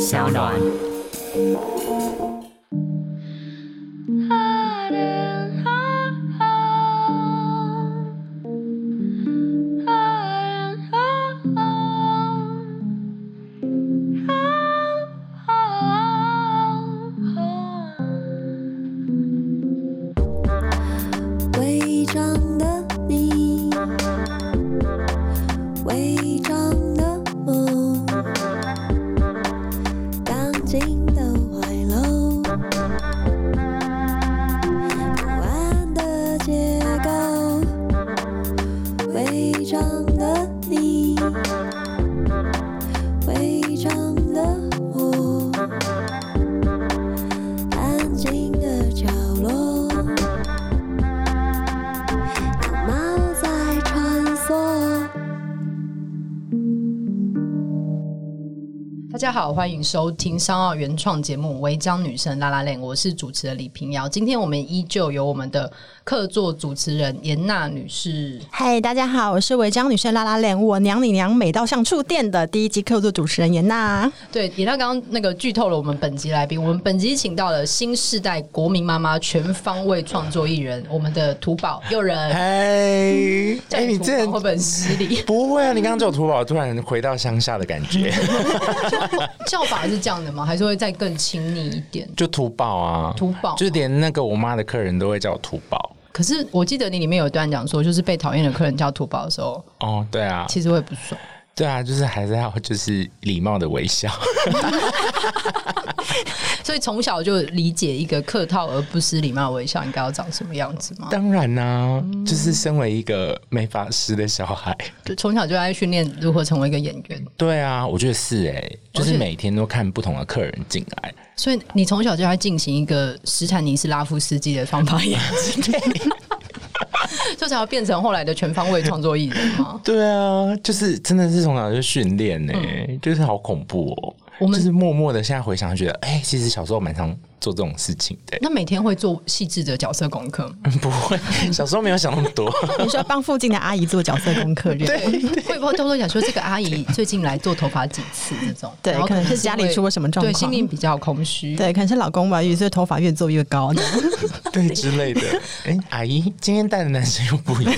小暖。伪装的你，伪装的我，钢筋的怀楼，不安的结构，伪装的你，伪装的我，安静的角落。有猫在穿梭。大家好，欢迎收听商奥原创节目《违章女生拉拉链》，我是主持人李平遥。今天我们依旧有我们的客座主持人严娜女士。嗨，大家好，我是违章女生拉拉链，我娘你娘美到像触电的第一集客座主持人严 娜。对，严娜刚刚那个剧透了我们本集来宾，我们本集请到了新世代国民妈妈全方位创作艺人，我们的土宝诱人。嘿，叫哎，你土之宝前？会不会很失礼 不会啊？你刚刚叫我土宝，突然回到乡下的感 觉，叫法是这样的吗？还是会再更亲昵一点？就土宝啊，土宝就是连那个我妈的客人都会叫我土宝。可是我记得你里面有一段讲说，就是被讨厌的客人叫土宝的时候，哦，对啊，其实会不爽。对啊，就是还是要就是礼貌的 微笑。所以从小就理解一个客套而不失礼貌的微笑应该要长什么样子吗？当然啦、嗯就是身为一个美发师的小孩，就从小就在训练如何成为一个演员，对啊，我觉得是哎、就是而且每天都看不同的客人进来，所以你从小就在进行一个斯坦尼斯拉夫斯基的方法演技， 就才要变成后来的全方位创作艺人吗？对啊，就是真的是从小就训练呢，就是好恐怖哦。嗯我们就是默默的，现在回想觉得，哎、其实小时候蛮常做这种事情的、欸那每天会做细致的角色功 课吗， 不会，小时候没有想那么多。你说帮附近的阿姨做角色功课，这样会不会偷偷讲说这个阿姨最近来做头发几次这种？对然后可能是家里会出了什么状况对，心里比较空虚。对，可能是老公吧，于是头发越做越 高。对之类的。哎、阿姨，今天带的男生又不一 样，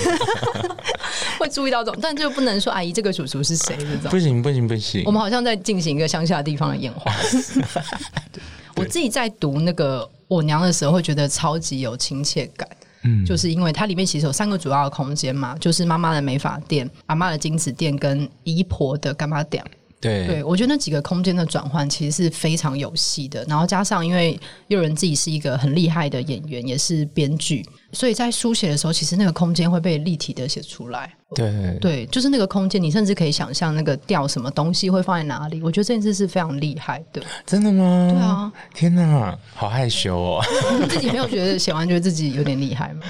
会注意到这种，但就不能说阿姨这个叔叔是谁这种。不行不行不行我。们好像在进行一个乡下地方的演化。我自己在读那个我娘的时候，会觉得超级有亲切感。嗯，就是因为它里面其实有三个主要的空间嘛，就是妈妈的美发店、阿妈的金子店跟姨婆的干妈店。对对，我觉得那几个空间的转换其实是非常有戏的。然后加上，因为诱人自己是一个很厉害的演员，也是编剧，所以在书写的时候，其实那个空间会被立体的写出来。对对对，就是那个空间，你甚至可以想象那个掉什么东西会放在哪里。我觉得这件事是非常厉害的。真的吗？对啊，天哪，好害羞哦！你自己没有觉得写完觉得自己有点厉害吗？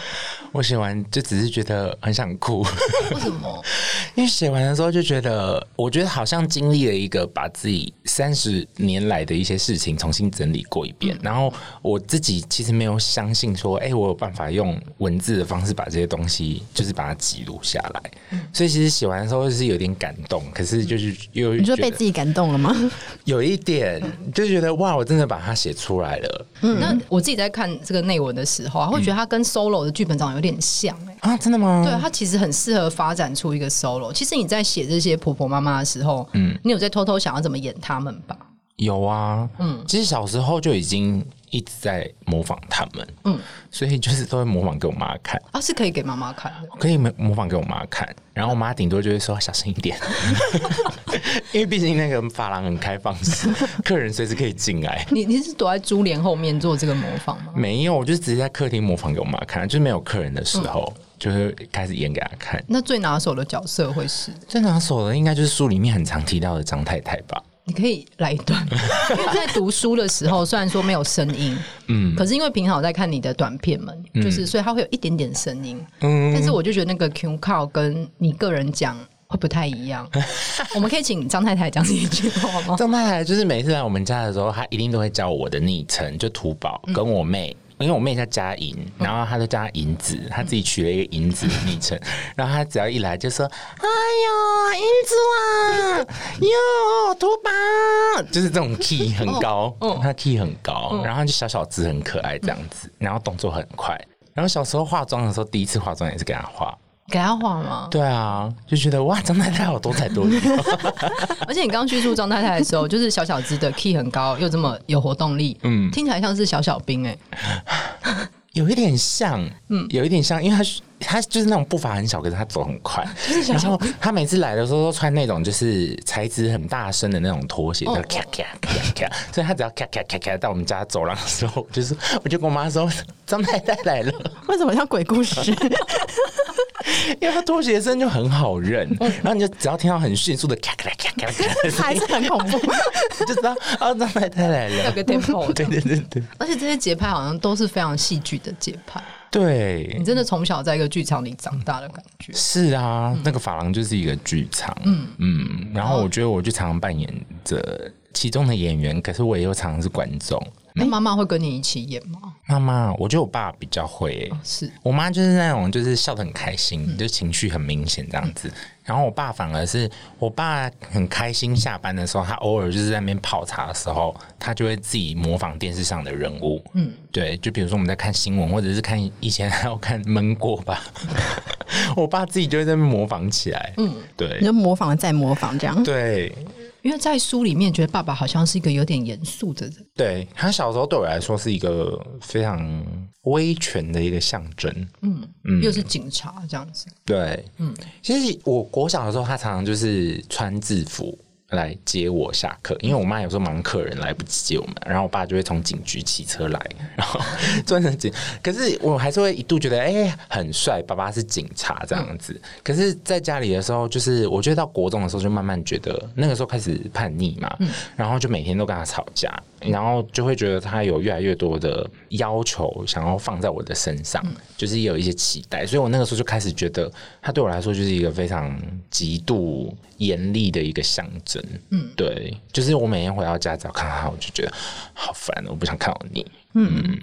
我写完就只是觉得很想哭，为什么？ 因为写完的时候就觉得，我觉得好像经历了一个把自己三十年来的一些事情重新整理过一嗯遍，然后我自己其实没有相信说，哎、我有办法用文字的方式把这些东西就是把它记录下来，嗯所以其实写完的时候就是有点感动，可是就是又你说觉被得自己感动了吗？有一点就觉得哇，我真的把它写出来了那我自己在看这个内文的时候啊，会觉得它跟 solo 的剧本长有点像、欸。啊！真的吗？对，它其实很适合发展出一个 solo。其实你在写这些婆婆妈妈的时候，嗯，你有在偷偷想要怎么演他们吧？有啊，嗯，其实小时候就已经一直在模仿他们，嗯嗯，所以就是都会模仿给我妈看，啊，是可以给妈妈看的。可以模模仿给我妈看，然后我妈顶多就会说小声一 点，因为毕竟那个发廊很开放式，客人随时可以进来。你你是躲在珠帘后面做这个模仿吗？没有，我就直接在客厅模仿给我妈看，就是没有客人的时候，就是开始演给她看。那最拿手的角色会是？最拿手的应该就是书里面很常提到的张太太吧。你可以来一 段，因为在读书的时候，虽然说没有声音，嗯，可是因为平常我在看你的短片们，就是所以它会有一点点声音，嗯，但是我就觉得那个 Q 靠跟你个人讲会不太一 样。我们可以请张太太讲几句话吗？张太太就是每次来我们家的时候，她一定都会叫我的昵称，就土宝跟我妹。因为我妹叫佳莹，然后她就叫她银子，她自己取了一个银子的昵称。然后她只要一来就说：“哎呦，银子啊，哟，土宝，就是这种 key 很高，她 key 很高，然后她就小小只很可爱这样子，然后动作很快。然后小时候化妆的时候，第一次化妆也是给她化。给他画吗？对啊，就觉得哇，张太太好多才多艺。而且你刚刚叙述张太太的时候，就是小小只的 key 很高，又这么有活动力，嗯，听起来像是小小兵哎、有一点像，嗯，有一点像，因为他是他就是那种步伐很小，可是他走很快。然后他每次来的时候都穿那种就是材质很大声的那种拖鞋，就咔咔咔咔，所以他只要咔咔咔咔到我们家走廊的时候，我就是我就跟我妈说张太太来了，为什么像鬼 故事？因为他拖鞋声就很好认，然后你就只要听到很迅速的咔咔咔咔咔的声还音，是很恐怖？你就知道啊张太太来有了。个 tempo 对的。对对对而且这些节拍好像都是非常戏剧的节拍，对你，真的从小在一个剧场里长大的感觉。是啊，那个发廊就是一个剧场，嗯嗯，然后我觉得我就常常扮演着其中的演员，可是我也有常常是观众。那妈妈会跟你一起演吗？妈妈，我觉得我爸比较会欸、是我妈就是那种就是笑得很开心，就情绪很明显这样子。然后我爸反而是我爸很开心，下班的时候他偶尔就是在那边泡茶的时候，他就会自己模仿电视上的人物。嗯，对，就比如说我们在看新闻，或者是看以前还要看闷过吧， 我爸自己就会在那边模仿起来。嗯，你对就模仿再模仿这样。对因为在书里面觉得爸爸好像是一个有点严肃的人，对，他小时候对我来说是一个非常威权的一个象征。嗯又是警察这样子， 对，嗯，其实我国小的时候，他常常就是穿制服来接我下课，因为我妈有时候忙客人来不及接我们，然后我爸就会从警局骑车来，然后专程警。可是我还是会一度觉得，哎、很帅，爸爸是警察这样子。可是在家里的时候，就是我觉得到国中的时候，就慢慢觉得那个时候开始叛逆嘛，然后就每天都跟他吵架，然后就会觉得他有越来越多的要求想要放在我的身上，就是也有一些期待，所以我那个时候就开始觉得他对我来说就是一个非常极度严厉的一个象征。嗯，对，就是我每天回到家只要看到他，我就觉得好烦哦，我不想看到你。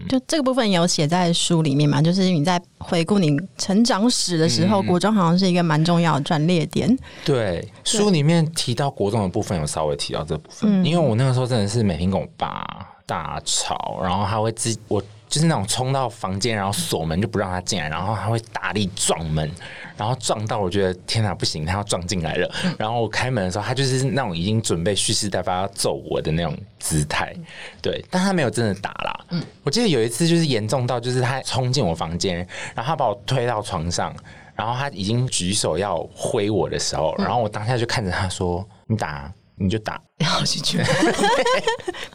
就这个部分也有写在书里面嘛，就是你在回顾你成长史的时嗯候，国中好像是一个蛮重要的转捩点。对，书里面提到国中的部分有稍微提到这部分，因为我那个时候真的是每天跟我爸大吵，然后他会自我就是那种冲到房间，然后锁门就不让他进来，然后他会大力撞门，然后撞到我觉得天哪不行，他要撞进来了，然后我开门的时候，他就是那种已经准备蓄势待发要揍我的那种姿态，对，但他没有真的打啦，我记得有一次就是严重到就是他冲进我房间，然后他把我推到床上。然后他已经举手要挥我的时候，然后我当下就看着他说：“你打，你就打。好戏剧。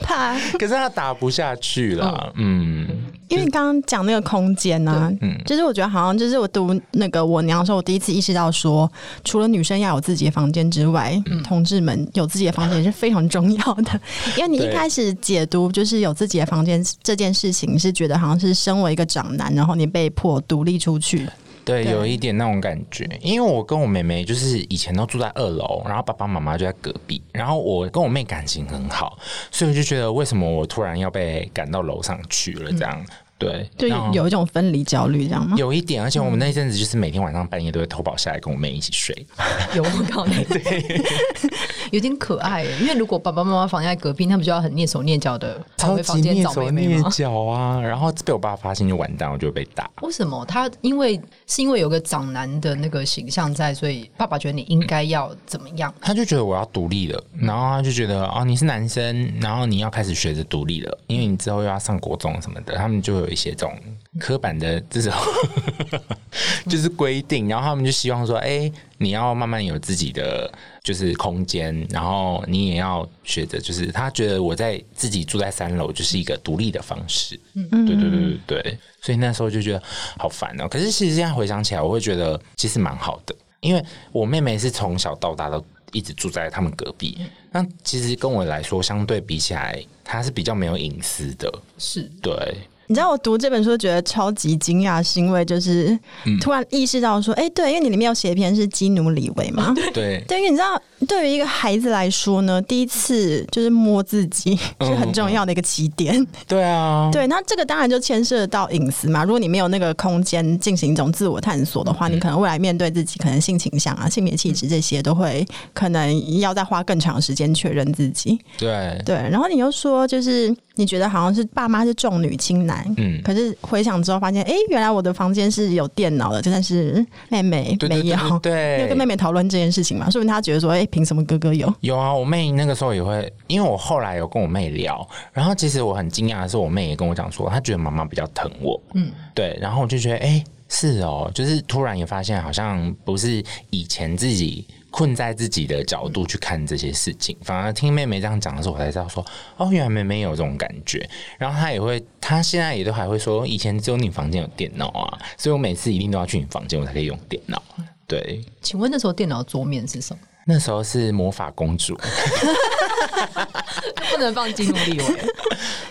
怕，” 可是他打不下去了，嗯因为你刚刚讲那个空间呢、啊就是我觉得好像就是我读那个我娘的时候，我第一次意识到说，除了女生要有自己的房间之外，嗯同志们有自己的房间也是非常重要 的。因为你一对开始解读就是有自己的房间这件事情，是觉得好像是身为一个长男，然后你被迫独立出去。对，对有一点那种感觉。因为我跟我妹妹就是以前都住在二楼，然后爸爸妈妈就在隔壁，然后我跟我妹感情很好，所以我就觉得为什么我突然要被赶到楼上去了这样。嗯对，就然后有一种分离焦虑，这样吗？有一点，而且我们那一阵子就是每天晚上半夜都会偷跑下来跟我妹一起睡。有我告诉 你， 有点可爱耶。因为如果爸爸妈妈房间在隔壁，那不就要很蹑手蹑脚的跑超回级房间蹑找手妹妹吗蹑？脚啊，然后被我爸发现就完蛋，我就被打。为什么他因为是因为有个长男的那个形象在，所以爸爸觉得你应该要怎么样？他就觉得我要独立了，然后他就觉得哦，你是男生，然后你要开始学着独立了，因为你之后又要上国中什么的，他们就有一些这种刻板的这种 就是规定，然后他们就希望说，哎、你要慢慢有自己的就是空间，然后你也要学着，就是他觉得我在自己住在三楼就是一个独立的方式，嗯，对对对对对，所以那时候就觉得好烦哦、可是其实现在回想起来，我会觉得其实蛮好的，因为我妹妹是从小到大都一直住在他们隔壁，那其实跟我来说相对比起来，她是比较没有隐私的，是对。你知道我读这本书觉得超级惊讶，是因为就是嗯突然意识到说，哎、对，因为你里面有写一篇是基努里维嘛，对，对，因为你知道，对于一个孩子来说呢，第一次就是摸自己是很重要的一个起点。对啊，对，那这个当然就牵涉到隐私嘛。如果你没有那个空间进行一种自我探索的话，嗯你可能未来面对自己可能性倾向啊、性别气质这些，都会可能要再花更长时间确认自己。嗯对，对，然后你又说，就是你觉得好像是爸妈是重女轻男，嗯可是回想之后发现，哎、原来我的房间是有电脑的，但是妹妹对没对有。对对你有跟妹妹讨论这件事情嘛？说明她觉得说，哎、凭什么哥哥有？有啊，我妹那个时候也会，因为我后来有跟我妹聊，然后其实我很惊讶的是，我妹也跟我讲说，她觉得妈妈比较疼我，嗯，对，然后我就觉得，哎、是哦，就是突然也发现，好像不是以前自己困在自己的角度去看这些事情，反而听妹妹这样讲的时候，我才知道说，哦，原来妹妹有这种感觉，然后她也会，她现在也都还会说，以前只有你房间有电脑啊，所以我每次一定都要去你房间，我才可以用电脑，对，请问那时候电脑桌面是什么？那时候是魔法公主。不能放基努里维，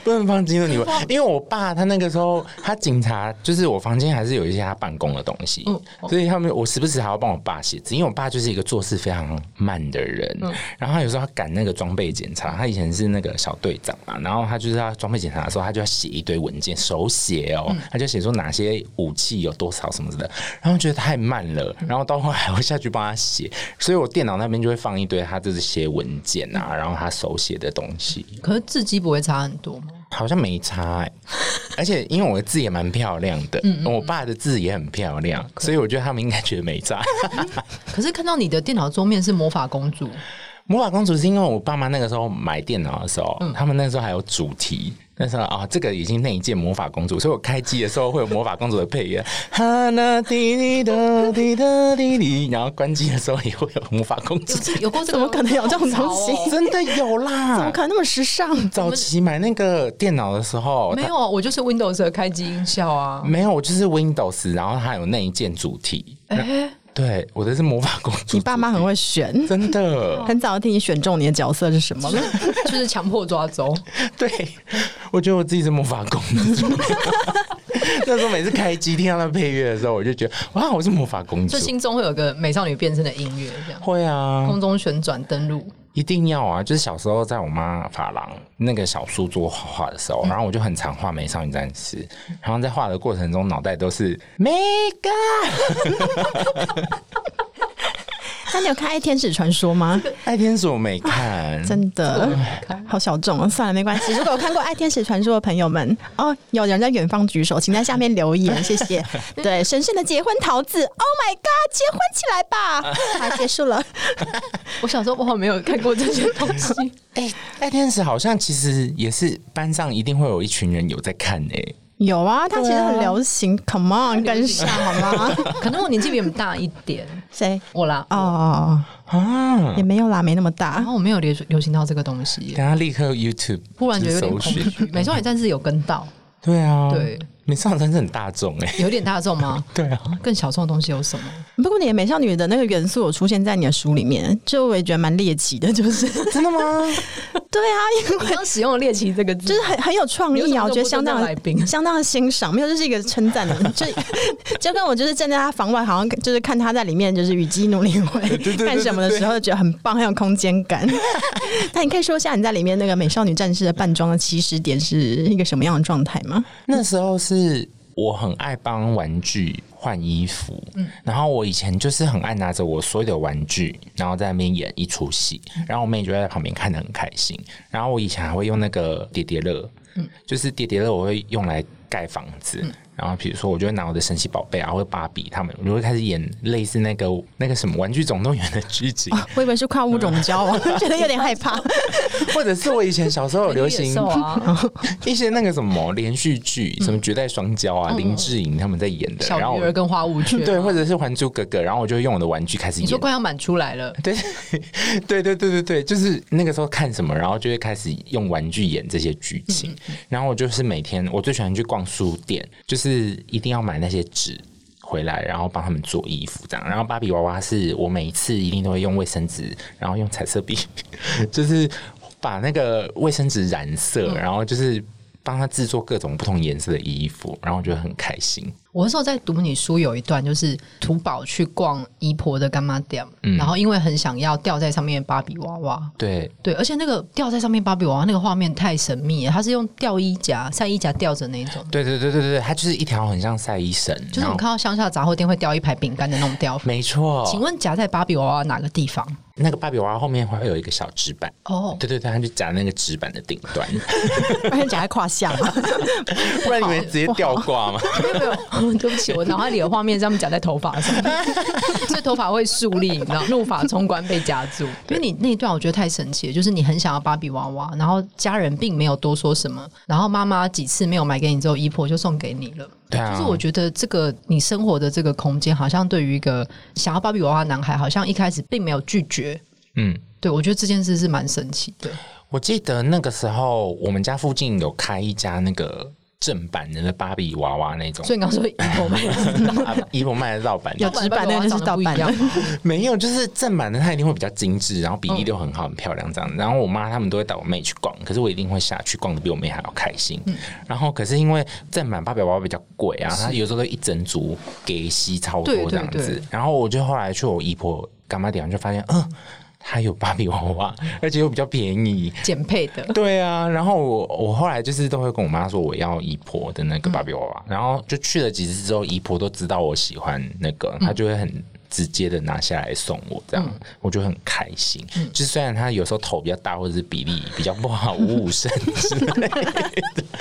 不能放金的你们，因为我爸他那个时候他警察，就是我房间还是有一些他办公的东西，嗯所以他们我时不时还要帮我爸写字，因为我爸就是一个做事非常慢的人，然后他有时候他赶那个装备检查，他以前是那个小队长嘛，然后他就是他装备检查的时候，他就要写一堆文件，手写哦，他就写说哪些武器有多少什么之类的，然后觉得太慢了，然后到后来我下去帮他写，所以我电脑那边就会放一堆他就是写文件啊，然后他手写的东西， 可是字迹不会差很多吗？好像没差、 欸，而且因为我的字也蛮漂亮的，嗯我爸的字也很漂亮，所以我觉得他们应该觉得没 差。可是看到你的电脑桌面是魔法公主， 魔法公主是因为我爸妈那个时候买电脑的时候，嗯他们那时候还有主题。那时候啊、这个已经内建魔法公主，所以我开机的时候会有魔法公主的配乐，哈啦滴滴哒滴哒滴滴，然后关机的时候也会有魔法公主， 有过这个怎么可能有这种东西高潮哦真的有啦！怎么可能那么时尚？早期买那个电脑的时候，没有啊，我就是 Windows 的开机音效 啊。没有，我就是 Windows，然后它有那一件主题。那对，我的是魔法公主。 哎你爸妈哦很会选，真的，很早就替你选中你的角色是什么就了。是就是强迫抓周，对我觉得我自己是魔法公主。 那时候每次开机听到那配乐的时候，我就觉得哇，我是魔法公主就。心中会有个美少女变身的音乐，这样会啊，空中旋转登陆，一定要啊！就是小时候在我妈发廊那个小书桌画画的时嗯候，然后我就很常画《美少女战士》，然后在画的过程中，脑袋都是 mega 那你有看《爱天使传说》吗？爱天使，我没 看，啊真的好小众哦，算了，没关系。如果有看过《爱天使传说》的朋友们，哦，有人在远方举手，请在下面留言，谢谢。对，神圣的结婚桃子，Oh my God，结婚起来吧！好，结束了。我小时候我好像没有看过这些东西，哎、爱天使好像其实也是班上一定会有一群人有在看哎、有啊，它其实很流行、c o m e on，跟上好吗？可能我年纪比你们大一点，谁？我啦，哦，啊，也没有啦，没那么大然。后我没有流流行到这个东西耶，等下立刻 YouTube，忽然觉得有点搜空寻，虚。美少女战士有跟到，对啊，对，美少女真是很大众哎、有点大众吗？对啊，更小众的东西有什么？不过你的美少女的那个元素有出现在你的书里面，这我也觉得蛮猎奇的，就是真的吗？对啊，因为我刚使用了“猎奇”这个字，就是很很有创你为意什啊，么我都觉得不相尊重当来宾相当的欣赏，没有，就是一个称赞的，就就跟我就是站在他房外，好像就是看他在里面就是与鸡努力对会对干什么的时候，觉得很棒，很有空间感。那你可以说一下你在里面那个美少女战士的扮装的起始点是一个什么样的状态吗？那时候是我很爱帮玩具换衣服，嗯然后我以前就是很爱拿着我所有的玩具，然后在那边演一出戏，嗯然后我妹就在旁边看得很开心。然后我以前还会用那个叠叠乐，嗯就是叠叠乐我会用来盖房子。然后，比如说，我就会拿我的神奇宝贝啊，或者芭比他们，我就会开始演类似那个那个什么《玩具总动员》的剧情，哦我以为是跨物种交往， 觉得有点害怕。或者是我以前小时候有 流行野兽啊，一些那个什么连续剧，什么《嗯绝代双骄》啊，林志颖他们在演的，小然后鱼我儿跟花无缺啊，对，或者是《还珠格格》，然后我就用我的玩具开始你说演。快要满出来了，对， 对对对对对，就是那个时候看什么，然后就会开始用玩具演这些剧嗯情。然后我就是每天，我最喜欢去逛书店，就是一定要买那些纸回来，然后帮他们做衣服这样。然后芭比娃娃是我每一次一定都会用卫生纸，然后用 嗯彩色笔，就是把那个卫生纸染色，然后就是帮他制作各种不同颜色的衣服，然后我觉得很开心。我那时候在读你书有一段，就是土宝去逛姨婆的干妈店，嗯然后因为很想要吊在上面的芭比娃娃，对，对，而且那个吊在上面芭比娃娃那个画面太神秘了，它是用吊衣夹、晒衣夹吊着那种，对对对对对，它就是一条很像晒衣绳，就是我然后们看到乡下杂货店会吊一排饼干的那种吊法。没错，请问夹在芭比娃娃哪个地方？那个芭比娃娃后面会有一个小纸板。哦，对对对，它就夹那个纸板的顶 端，而且夹在胯下嘛，不然你们直接吊挂嘛。没有没有， 对不起，我脑海里的画面是他们夹在头发上， 所以头发会竖立，你知道，怒发冲冠被夹住。因为你那一段我觉得太神奇了，就是你很想要芭比娃娃，然后家人并没有多说什么，然后妈妈几次没有买给你之后，姨婆就送给你了。对啊就是我觉得这个你生活的这个空间，好像对于一个想要芭比娃娃的男孩，好像一开始并没有拒绝。嗯，对，我觉得这件事是蛮神奇的。我记得那个时候我们家附近有开一家那个正版的那芭比娃娃那种， 所以你刚刚说姨婆买了知道吗衣服卖的盗版的有纸板那个就是盗版的长得不一样吗 没有，就是正版的它一定会比较精致，然后比例都很好，很漂亮这样。然后我妈他们都会带我妹去逛，可是我一定会下去逛的比我妹还要开心。嗯然后可是因为正版芭比娃娃比较贵啊，它有时候都一整组给息超多对对这样子。对然后我就后来去我姨婆干妈店就发现，嗯，它有芭比娃娃，而且又比较便宜。减配的。对啊，然后我我后来就是都会跟我妈说我要姨婆的那个芭比娃娃，然后就去了几次之后，姨婆都知道我喜欢那个，她就会很直接的拿下来送我，这样、我就很开心。就虽然她有时候头比较大，或者是比例比较不好，五五身之类的，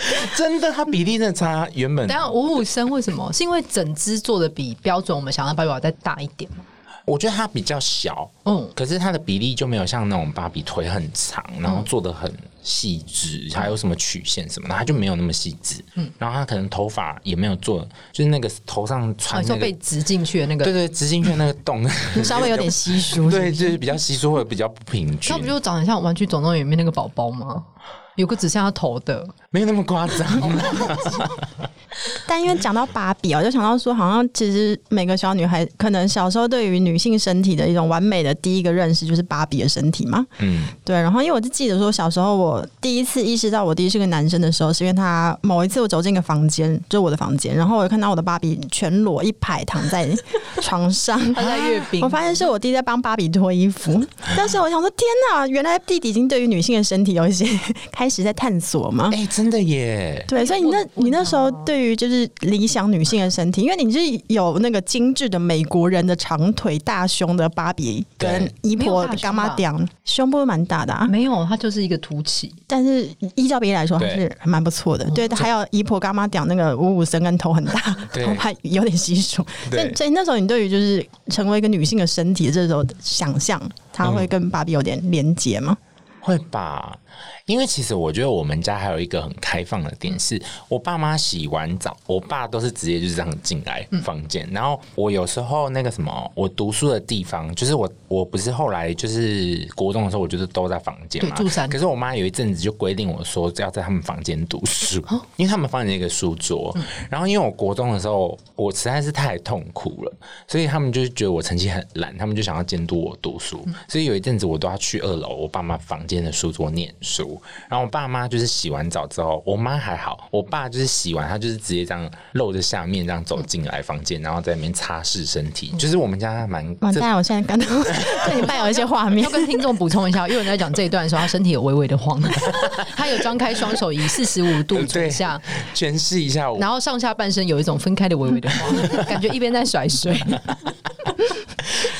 真的，她比例真的差原本等一下五五身为什么？是因为整只做的比标准我们想要芭比娃娃再大一点吗？我觉得它比较小，嗯可是它的比例就没有像那种芭比腿很长，然后做的很细致，嗯还有什么曲线什么的，它就没有那么细致。然后它可能头发也没有做，就是那个头上啊，穿你说那个，被植进去的那对个，对，直进去那个洞， 稍微有点稀疏。 对，就是比较稀疏，会比较不平均那不，就长得像《玩具总动员》里面那个宝宝吗？有个只剩下头的，没有那么夸张。 但因为讲到芭比，我就想到说，好像其实每个小女孩可能小时候对于女性身体的一种完美的第一个认识就是芭比的身体嘛。嗯，对，然后因为我就记得说，小时候我第一次意识到我弟是个男生的时候，是因为他某一次我走进一个房间，就是我的房间，然后我就看到我的芭比全裸一排躺在床上。他在阅兵我。发现是我弟在帮芭比脱衣服，但是我想说，天哪，原来弟弟已经对于女性的身体有一些 开始在探索嘛。哎、真的耶，对，所以你那问，你那时候对于就是理想女性的身体，因为你是有那个精致的美国人的长腿、大胸的芭比跟对姨没婆有大胸吧干妈屌，胸部蛮大的啊。没有，它就是一个凸起。但是依照比例来说，对还是蛮不错的。对，还有姨婆干妈屌那个五五身跟头很大， 对头发有点稀疏。所对以，所以那时候你对于就是成为一个女性的身体这时候想象，它嗯会跟芭比有点连结吗？会吧？因为其实我觉得我们家还有一个很开放的点是，我爸妈洗完澡，我爸都是直接就是这样进来嗯房间。然后我有时候那个什么，我读书的地方，就是我我不是后来就是国中的时候，我就是都在房间嘛对住三可是我妈有一阵子就规定我说要在他们房间读书，因为他们房间有一个书桌。然后因为我国中的时候，我实在是太痛苦了，所以他们就觉得我成绩很烂，他们就想要监督我读书。所以有一阵子我都要去二楼我爸妈房间的书桌念书。然后我爸妈就是洗完澡之后，我妈还好，我爸就是洗完他就是直接这样露着下面这样走进来房间，然后在那边擦拭身体。就是我们家蛮完这蛋，我现在感到 对你伴有一些画面要。跟听众补充一下，因为我在讲这一段的时候，他身体有微微的晃， 他有张开双手以四十五度垂下，诠释一下我然后上下半身有一种分开的微微的晃，感觉一边在甩水。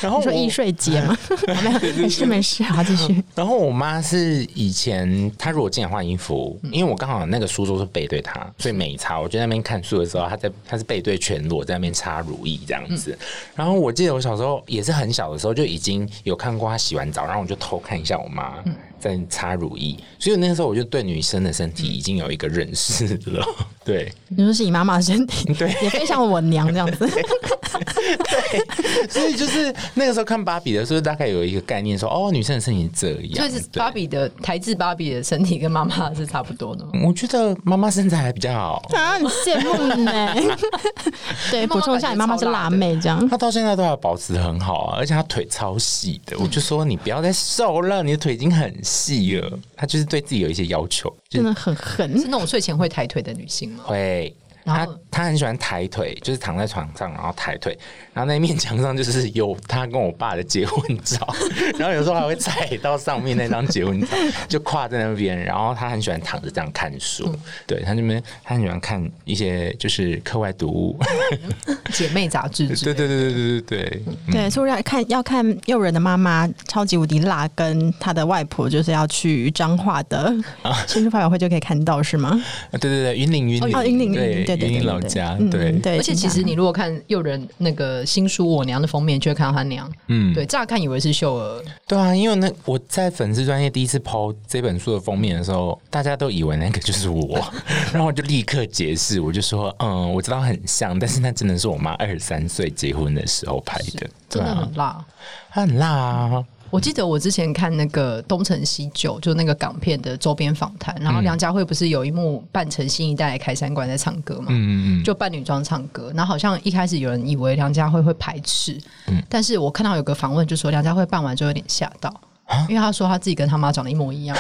然后你说我易碎节吗？ 没有， 没事没事，好继续。然后我妈是以前她如果进来换衣服，因为我刚好那个书桌是背对她，所以没擦。啊我就在那边看书的时候，她在她是背对全裸在那边擦乳液这样子。然后我记得我小时候也是很小的时候就已经有看过她洗完澡，然后我就偷看一下我妈在擦乳液，所以那个时候我就对女生的身体已经有一个认识了。对，你嗯说是你妈妈的身体，对 也非常我娘这样子。所以就是就是那个时候看芭比的时候，大概有一个概念说，哦，女生的身体是这所样。以是对芭比的台制芭比的身体跟妈妈是差不多的吗？我觉得妈妈身材还比较好，啊，很羡 慕呢。对，补充一下，你妈妈是辣妹这 样。她到现在都还保持的很好啊，而且她腿超细嗯的。我就说你不要再瘦了，你的腿已经很细了。她就是对自己有一些要求，真就是的很是狠，那种睡前会抬腿的女性吗？ 会。然她后她很喜欢抬腿，就是躺在床上然后抬腿，然后那面墙上就是有她跟我爸的结婚照， 然后有时候还会踩到上面那张结婚照，就跨在那边。然后她很喜欢躺着这样看书，嗯对她那边她很喜欢看一些就是课外读 物，姐妹杂志之对类的对对对对对对，所以要看要看诱人的妈妈超级无敌辣，跟她的外婆就是要去彰化的新书发表会就可以看到，是吗？啊，对对对，云岭云岭啊 哦，云林，对对对对，云对岭老对家，嗯对对，而且其实你如果看诱人那个新书《我娘》的封面，就会看到她娘。嗯对，乍看以为是秀儿，对啊，因为那我在粉丝专业第一次抛这本书的封面的时候，大家都以为那个就是我， 然后我就立刻解释，我就说，嗯，我知道很像，但是那真的是我妈二十三岁结婚的时候拍的，对真的啊，很辣。她很辣啊，我记得我之前看那个《东成西就》，就那个港片的周边访谈，然嗯后梁家辉不是有一幕扮成新一代的开山馆在唱歌嘛，嗯嗯嗯，就扮女装唱歌，然后好像一开始有人以为梁家辉会排斥，嗯但是我看到有个访问就说梁家辉扮完就有点吓到，啊因为他说他自己跟他妈长得一模 一样，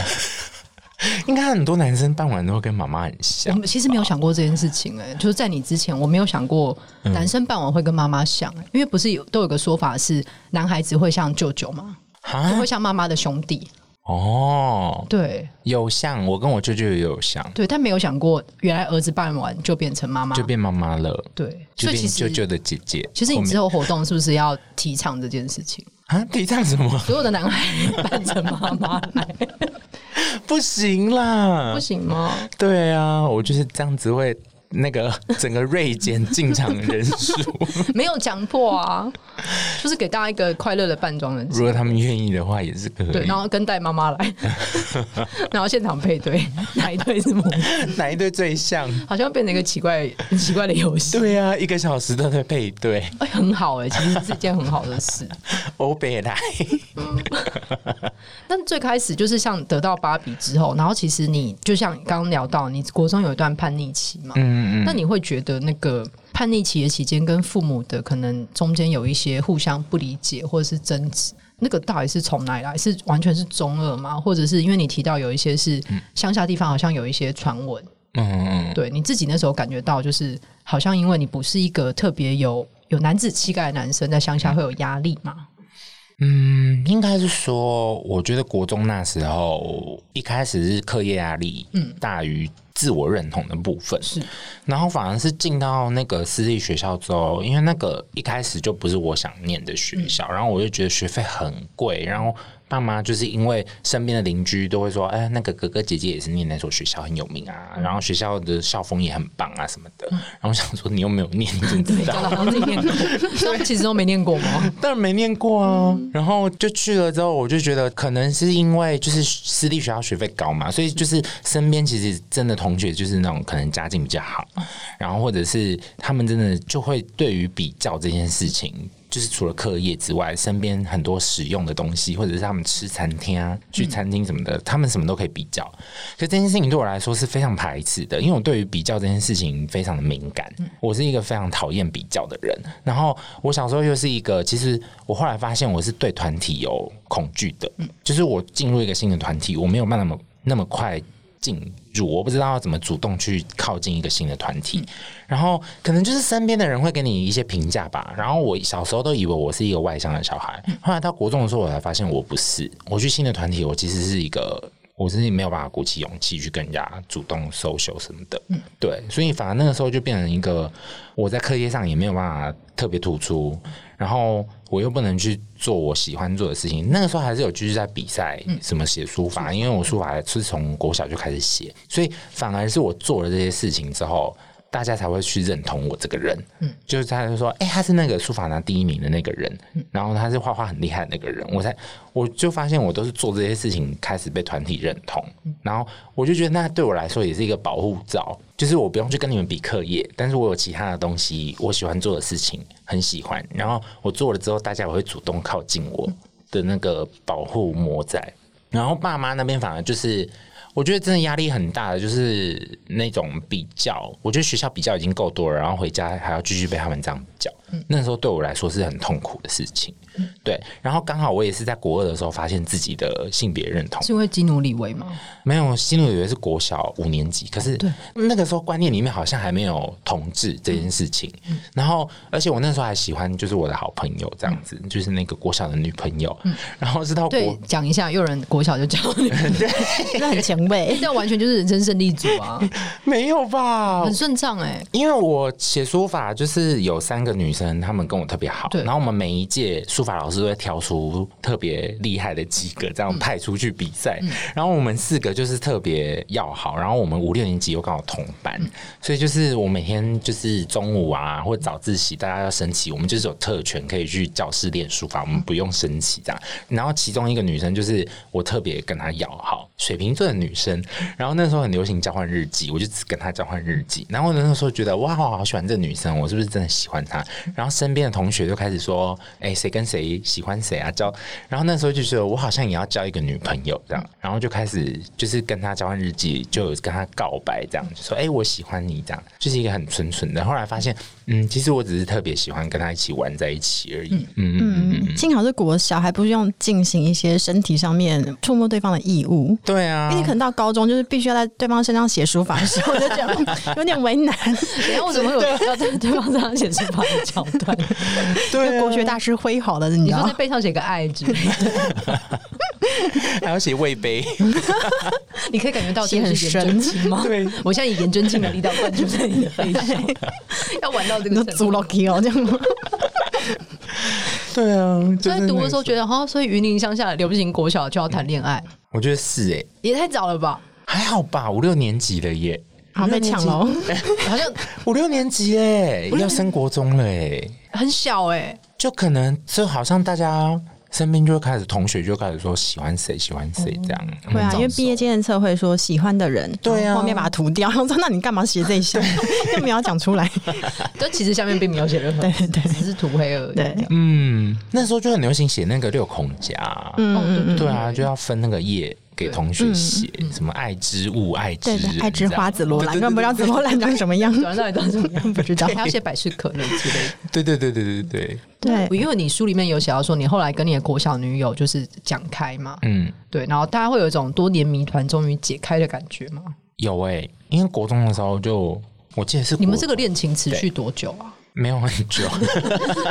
应该很多男生办完都会跟妈妈很我像，们其实没有想过这件事情、哎，就是在你之前，我没有想过嗯男生办完会跟妈妈像、哎因为不是有都有个说法是男孩子会像舅舅嘛，就啊会，像妈妈的兄弟，哦，对有像，我跟我舅舅也有像，对，但没有想过原来儿子办完就变成妈妈就，变妈妈了，对，就所以变其实舅舅的姐姐，其实你之后后活动是不是要提倡这件事情？面啊，提倡什么？所有的男孩扮成妈妈 来，不行啦，不行吗？对啊，我就是这样子会 那个整个锐减进场人数。没有强迫啊，就是给大家一个快乐的扮装人如生。果他们愿意的话，也是可对，以然。后跟带妈妈 来，然后现场配对，哪一对是 母女？哪一对最像？好像变成一个奇怪、很奇怪的游戏。对啊，一个小时都在配对，哎，很好哎、其实是一件很好的事。欧北来。但最开始就是像得到芭比之后，然后其实你就像刚刚聊到，你国中有一段叛逆期嘛，嗯嗯那你会觉得那个叛逆期的期间跟父母的可能中间有一些互相不理解或者是争执，那个到底是从哪里来？是完全是中二吗？或者是因为你提到有一些是嗯乡下地方好像有一些传闻，嗯嗯对你自己那时候感觉到就是好像因为你不是一个特别有有男子气概的男生，在乡下会有压力嘛？嗯，应该是说，我觉得国中那时候一开始是课业压力，嗯，大于自我认同的部分是，然后反而是进到那个私立学校之后，因为那个一开始就不是我想念的学校，然后我就觉得学费很贵，然后爸妈就是因为身边的邻居都会说，哎，那个哥哥姐姐也是念那所学校很有名啊，然后学校的校风也很棒啊什么的，然后我想说你又没有念，你怎么知道？啊好像自己 念过，他们其实都没念过吗？但没念过啊。然后就去了之后，我就觉得可能是因为就是私立学校学费高嘛，所以就是身边其实真的同学就是那种可能家境比较好，然后或者是他们真的就会对于比较这件事情。就是除了课业之外，身边很多实用的东西，或者是他们吃餐厅啊、去餐厅什么的，他们什么都可以比较。可这件事情对我来说是非常排斥的，因为我对于比较这件事情非常的敏感，我是一个非常讨厌比较的人。然后我小时候又是一个，其实我后来发现我是对团体有恐惧的，就是我进入一个新的团体，我没有办法那么那么快进入，我不知道要怎么主动去靠近一个新的团体。然后可能就是身边的人会给你一些评价吧。然后我小时候都以为我是一个外向的小孩，后来到国中的时候，我才发现我不是。我去新的团体，我其实是一个。我是没有办法鼓起勇气去跟人家主动 social 什么的，对，所以反而那个时候就变成一个我在课业上也没有办法特别突出，然后我又不能去做我喜欢做的事情。那个时候还是有继续在比赛，什么写书法，因为我书法是从国小就开始写，所以反而是我做了这些事情之后，大家才会去认同我这个人。嗯，就是他就说，哎、他是那个书法拿第一名的那个人，然后他是画画很厉害的那个人，我才我就发现我都是做这些事情开始被团体认同，然后我就觉得那对我来说也是一个保护罩，就是我不用去跟你们比课业，但是我有其他的东西，我喜欢做的事情很喜欢，然后我做了之后，大家也会主动靠近我的那个保护膜在。然后爸妈那边反而就是，我觉得真的压力很大的，就是那种比较。我觉得学校比较已经够多了，然后回家还要继续被他们这样比较，那时候对我来说是很痛苦的事情。对，然后刚好我也是在国二的时候发现自己的性别认同，是因为基努里维吗？哦没有心里以为是国小五年级，可是那个时候观念里面好像还没有同志这件事情。嗯然后，而且我那时候还喜欢就是我的好朋友这样子，就是那个国小的女朋友。然后是到嗯对国，讲一下，有人国小就教你们，那很前卫。这完全就是人生胜利组啊， 没有吧？很顺畅哎。因为我写书法，就是有三个女生，她们跟我特别好，对然后我们每一届书法老师都会挑出特别厉害的几个，这样派出去比赛。然后我们四个就是特别要好，然后我们五六年级又刚好同班，所以就是我每天就是中午啊或早自习，大家要升旗，我们就是有特权可以去教室练书法，我们不用升旗这样。然后其中一个女生就是我特别跟她要好，水瓶座的女生。然后那时候很流行交换日记，我就只跟她交换日记。然后呢那时候觉得哇，我好喜欢这女生，我是不是真的喜欢她？然后身边的同学就开始说，哎、谁跟谁喜欢谁啊？交。然后那时候就觉得我好像也要交一个女朋友这样，然后就开始就是跟她交换日记，就有跟她告白这样，就说哎、我喜欢你这样，就是一个很纯纯的。后来发现，嗯，其实我只是特别喜欢跟她一起玩在一起而已。嗯嗯嗯嗯，嗯，幸好是国小，还不是用进行一些身体上面触摸对方的义务。对啊，因为你可能到高中就是必须要在对方身上写书法的时候，我就觉 得嗯有点为难。等一下我怎么会有要在对方上写书法的桥 段？啊对、国学大师挥毫的，你啊你知说道在？背上写个爱字，还要写魏碑，你可以感觉到这写很是颜真卿吗？ 对，我现在以颜真卿的力道灌注在你的背上， 要玩到这个你说程足度。了 k 哦，这样 吗？对啊， 所以读的时候得，觉得，哦，所以云林乡下流行国小就要谈恋嗯爱，我觉得是哎、也太早了吧？还好吧，五六年级了耶，好被抢 喽！好像五六年级哎、要升国中了哎、很小哎、 就可能就好像大家身边就会开始同学就开始说喜欢谁喜欢谁这样，嗯对啊，因为早熟毕业纪念册会说喜欢的人，对啊后面把它涂掉。 然后说那你干嘛写这一 项？又没有 讲出来。但其实下面并没有写任何，对对只是涂黑而已。对这样嗯，那时候就很流行写那个六孔夹，嗯哦对对对啊，就要分那个页给同学写，什么爱之物、爱之对人嗯对，爱之花紫罗兰，这根本样不知道紫罗兰长什么样。短到底长什么样？不知 道还要写百事可乐之类的。对对对对对对对，对，因为你书里面有写到说，你后来跟你的国小女友就是讲开嘛，嗯。对，然后大家会有一种多年谜团终于解开的感觉嘛。有哎、因为国中的时候就，我记得是你们国这个恋情持续多久 啊？没有很久，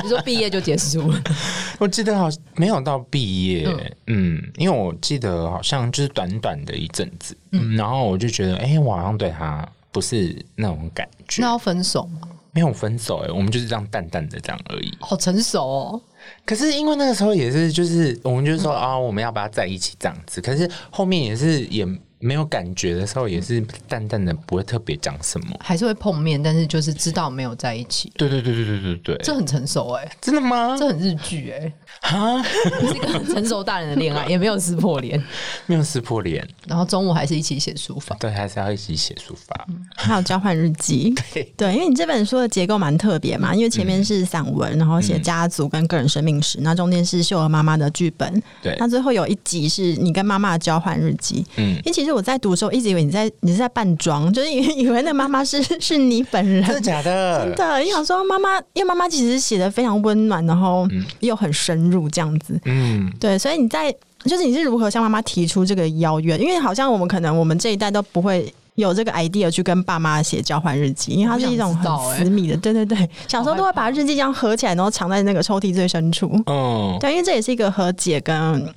你说毕业就结束了， 我记得好像没有到毕业，嗯因为我记得好像就是短短的一阵子，嗯，然后我就觉得，哎、我好像对他不是那种感觉那，要分手吗？没有分手、哎，我们就是这样淡淡的这样而已。好成熟哦，可是因为那个时候也是，就是我们就说啊、我们要不要在一起这样子？可是后面也是也没有感觉的时候，也是淡淡的，不会特别讲什么。还是会碰面，但是就是知道没有在一起，对对对对对对这对，很成熟哎、真的吗？这很日剧哎、 啊，是一个很成熟大人的恋爱，也没有撕破脸，没有撕破脸。然后中午还是一起写书法。对，还是要一起写书法。还有交换日记。 对嗯对，因为你这本书的结构蛮特别嘛，因为前面是散文，然后写家族跟个人生命史，那中间是秀儿妈妈的剧本，对那最后有一集是你跟妈妈的交换日记。嗯因为其实我在读的时候一直以为你在你是在扮装，就是以为 以为那妈妈是是你本人。真的假的？真的，因为想说妈妈，因为妈妈其实写的非常温暖，然后又很深入这样子。嗯，对，所以你在就是你是如何向妈妈提出这个邀约？因为好像我们可能我们这一代都不会。有这个 idea 去跟爸妈写交换日记，因为它是一种我不想知道很私密的，对对对，小时候都好害会怕把日记这样合起来，然后藏在那个抽屉最深处。嗯，对，因为这也是一个和解，跟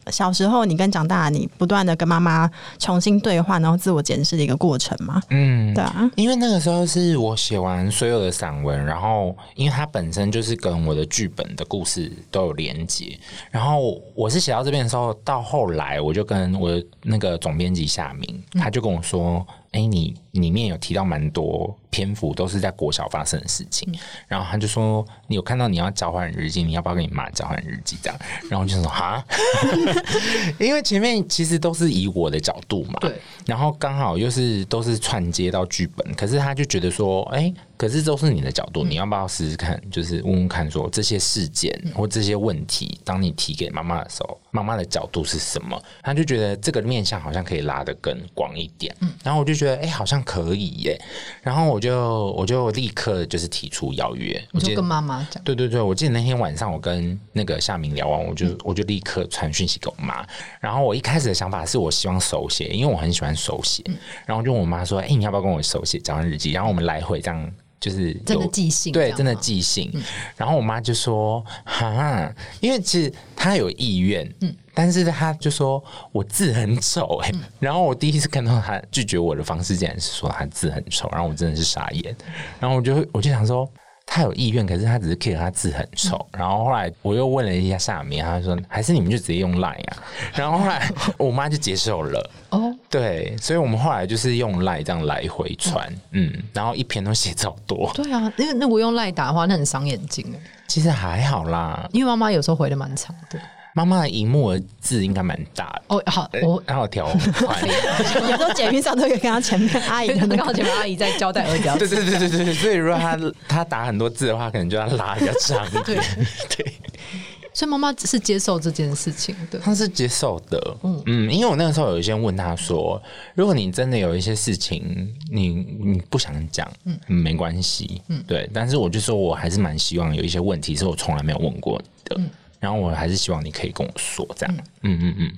小时候你跟长大你不断的跟妈妈重新对话，然后自我检视的一个过程嘛。嗯，对 啊，因为那个时候是我写完所有的散文，然后因为它本身就是跟我的剧本的故事都有连接，然后我是写到这边的时候，到后来我就跟我的那个总编辑夏明，他就跟我说：“哎、你里面有提到蛮多篇幅都是在国小发生的事情。然后他就说：“你有看到你要交换日记，你要不要跟你妈交换日记？”这样，然后我就说：“哈，因为前面其实都是以我的角度嘛，对，然后刚好又是都是串接到剧本，可是他就觉得说：哎、可是都是你的角嗯度，你要不要试试看？就是问问看说这些事件嗯或这些问题，当你提给妈妈的时候，妈妈的角度是什么？他就觉得这个面向好像可以拉得更广一点。嗯然后我就觉得，哎、好像可以耶。然后我就我就立刻就是提出邀约，你我记就得跟妈妈讲，对对对，我记得那天晚上我跟那个夏明聊完，我就、嗯我就立刻传讯息给我妈。然后我一开始的想法是我希望手写，因为我很喜欢手写。嗯然后我就问我妈说：“哎、你要不要跟我手写交换日记？”然后我们来回这样。就是真的有寄信这对，样真的吗寄信。然后我妈就说：“哈，因为其实她有意愿，嗯，但是她就说我字很丑、哎、然后我第一次看到她拒绝我的方式，竟然是说她字很丑，然后我真的是傻眼。然后我就我就想说，他有意愿，可是他只是 care 他字很丑。然后后来我又问了一下夏明，他就说还是你们就直接用 Line 啊。然后后来我妈就接受了。哦，对，所以我们后来就是用 Line 这样来回传，嗯，然后一篇都写超多，对啊，因为那我用赖打的话，那很伤眼睛哎，其实还好啦。因为妈妈有时候回的蛮长的。妈妈的荧幕的字应该蛮大的。哦，好，我我然后调宽，有时候捷运上都可以看到前面阿姨的那 刚个好 前面阿姨在交代儿子要 对对对对对 对，所以如果他他打很多字的话，可能就要拉比较长一点。 对，所以妈妈是接受这件事情的。他是接受的，嗯因为我那个时候有先问他说，如果你真的有一些事情，你你不想讲，嗯，没关系，嗯，对，但是我就说我还是蛮希望有一些问题是我从来没有问过你的，然后我还是希望你可以跟我说这样，嗯嗯嗯，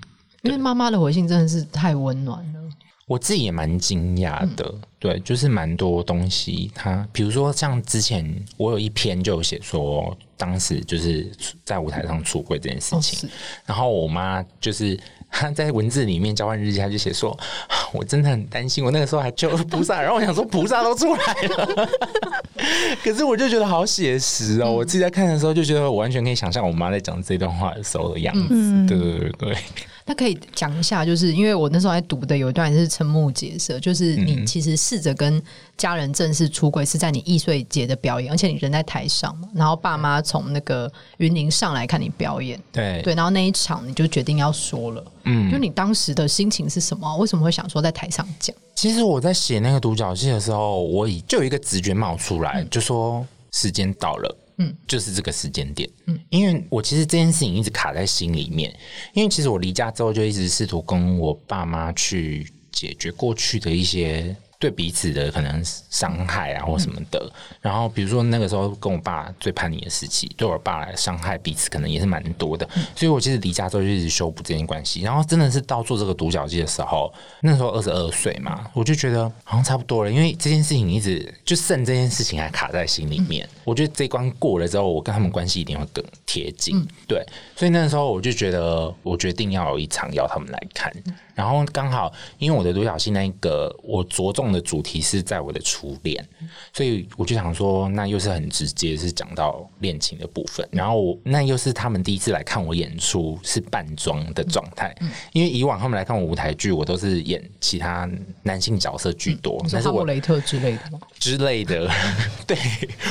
因为妈妈的回信真的是太温暖了，我自己也蛮惊讶嗯的，对，就是蛮多东西它，比如说像之前我有一篇就有写说，当时就是在舞台上出轨这件事哦情，是然后我妈就是 她在文字里面交换日记，她就写说，啊我真的很担心，我那个时候还求菩萨，然后我想说菩萨都出来了， 可是我就觉得好写实哦，我嗯自己在看的时候就觉得我完全可以想象我妈在讲这段话的时候的样子，嗯对对对对，那可以讲一下，就是因为我那时候还读的有一段是瞠目结舌，就是你嗯其实试着跟家人正式出轨是在你易碎节的表演，而且你人在台上嘛，然后爸妈从那个云林上来看你表演，对对，然后那一场你就决定要说了，嗯，就你当时的心情是什么？为什么会想说在台上讲？其实我在写那个独角戏的时候，我已就有一个直觉冒出来，就说时间到了。嗯，就是这个时间点。嗯，因为我其实这件事情一直卡在心里面，因为其实我离家之后就一直试图跟我爸妈去解决过去的一些对彼此的可能伤害啊或什么的。然后比如说那个时候跟我爸最叛逆的时期，对我爸来伤害彼此可能也是蛮多的。所以我其实离家之后就一直修补这件关系。然后真的是到做这个独角戏的时候，那时候二十二岁嘛，我就觉得好像差不多了，因为这件事情一直就剩这件事情还卡在心里面。我觉得这一关过了之后，我跟他们关系一定会更贴近。对，所以那时候我就觉得，我决定要有一场邀他们来看。然后刚好，因为我的独角戏那一个，我着重的主题是在我的初恋，所以我就想说，那又是很直接，是讲到恋情的部分。然后我那又是他们第一次来看我演出，是扮装的状态，因为以往他们来看我舞台剧，我都是演其他男性角色居多，你说但是哈姆我雷特之类的吗？之类的， 对，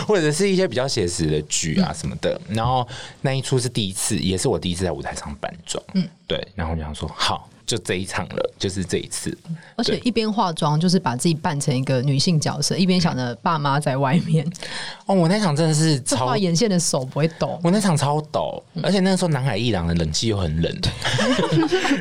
或者是一些比较写实的剧啊什么的。然后那一出是第一次，也是我第一次在舞台上扮装，嗯，对。然后我就想说，好，就这一场了，就是这一次，而且一边化妆，就是把自己扮成一个女性角色，一边想着爸妈在外 面，哦，我那场真的是这嗯超画，眼线的手不会抖。我那场超抖，而且那个时候南海一郎的冷气又很 冷，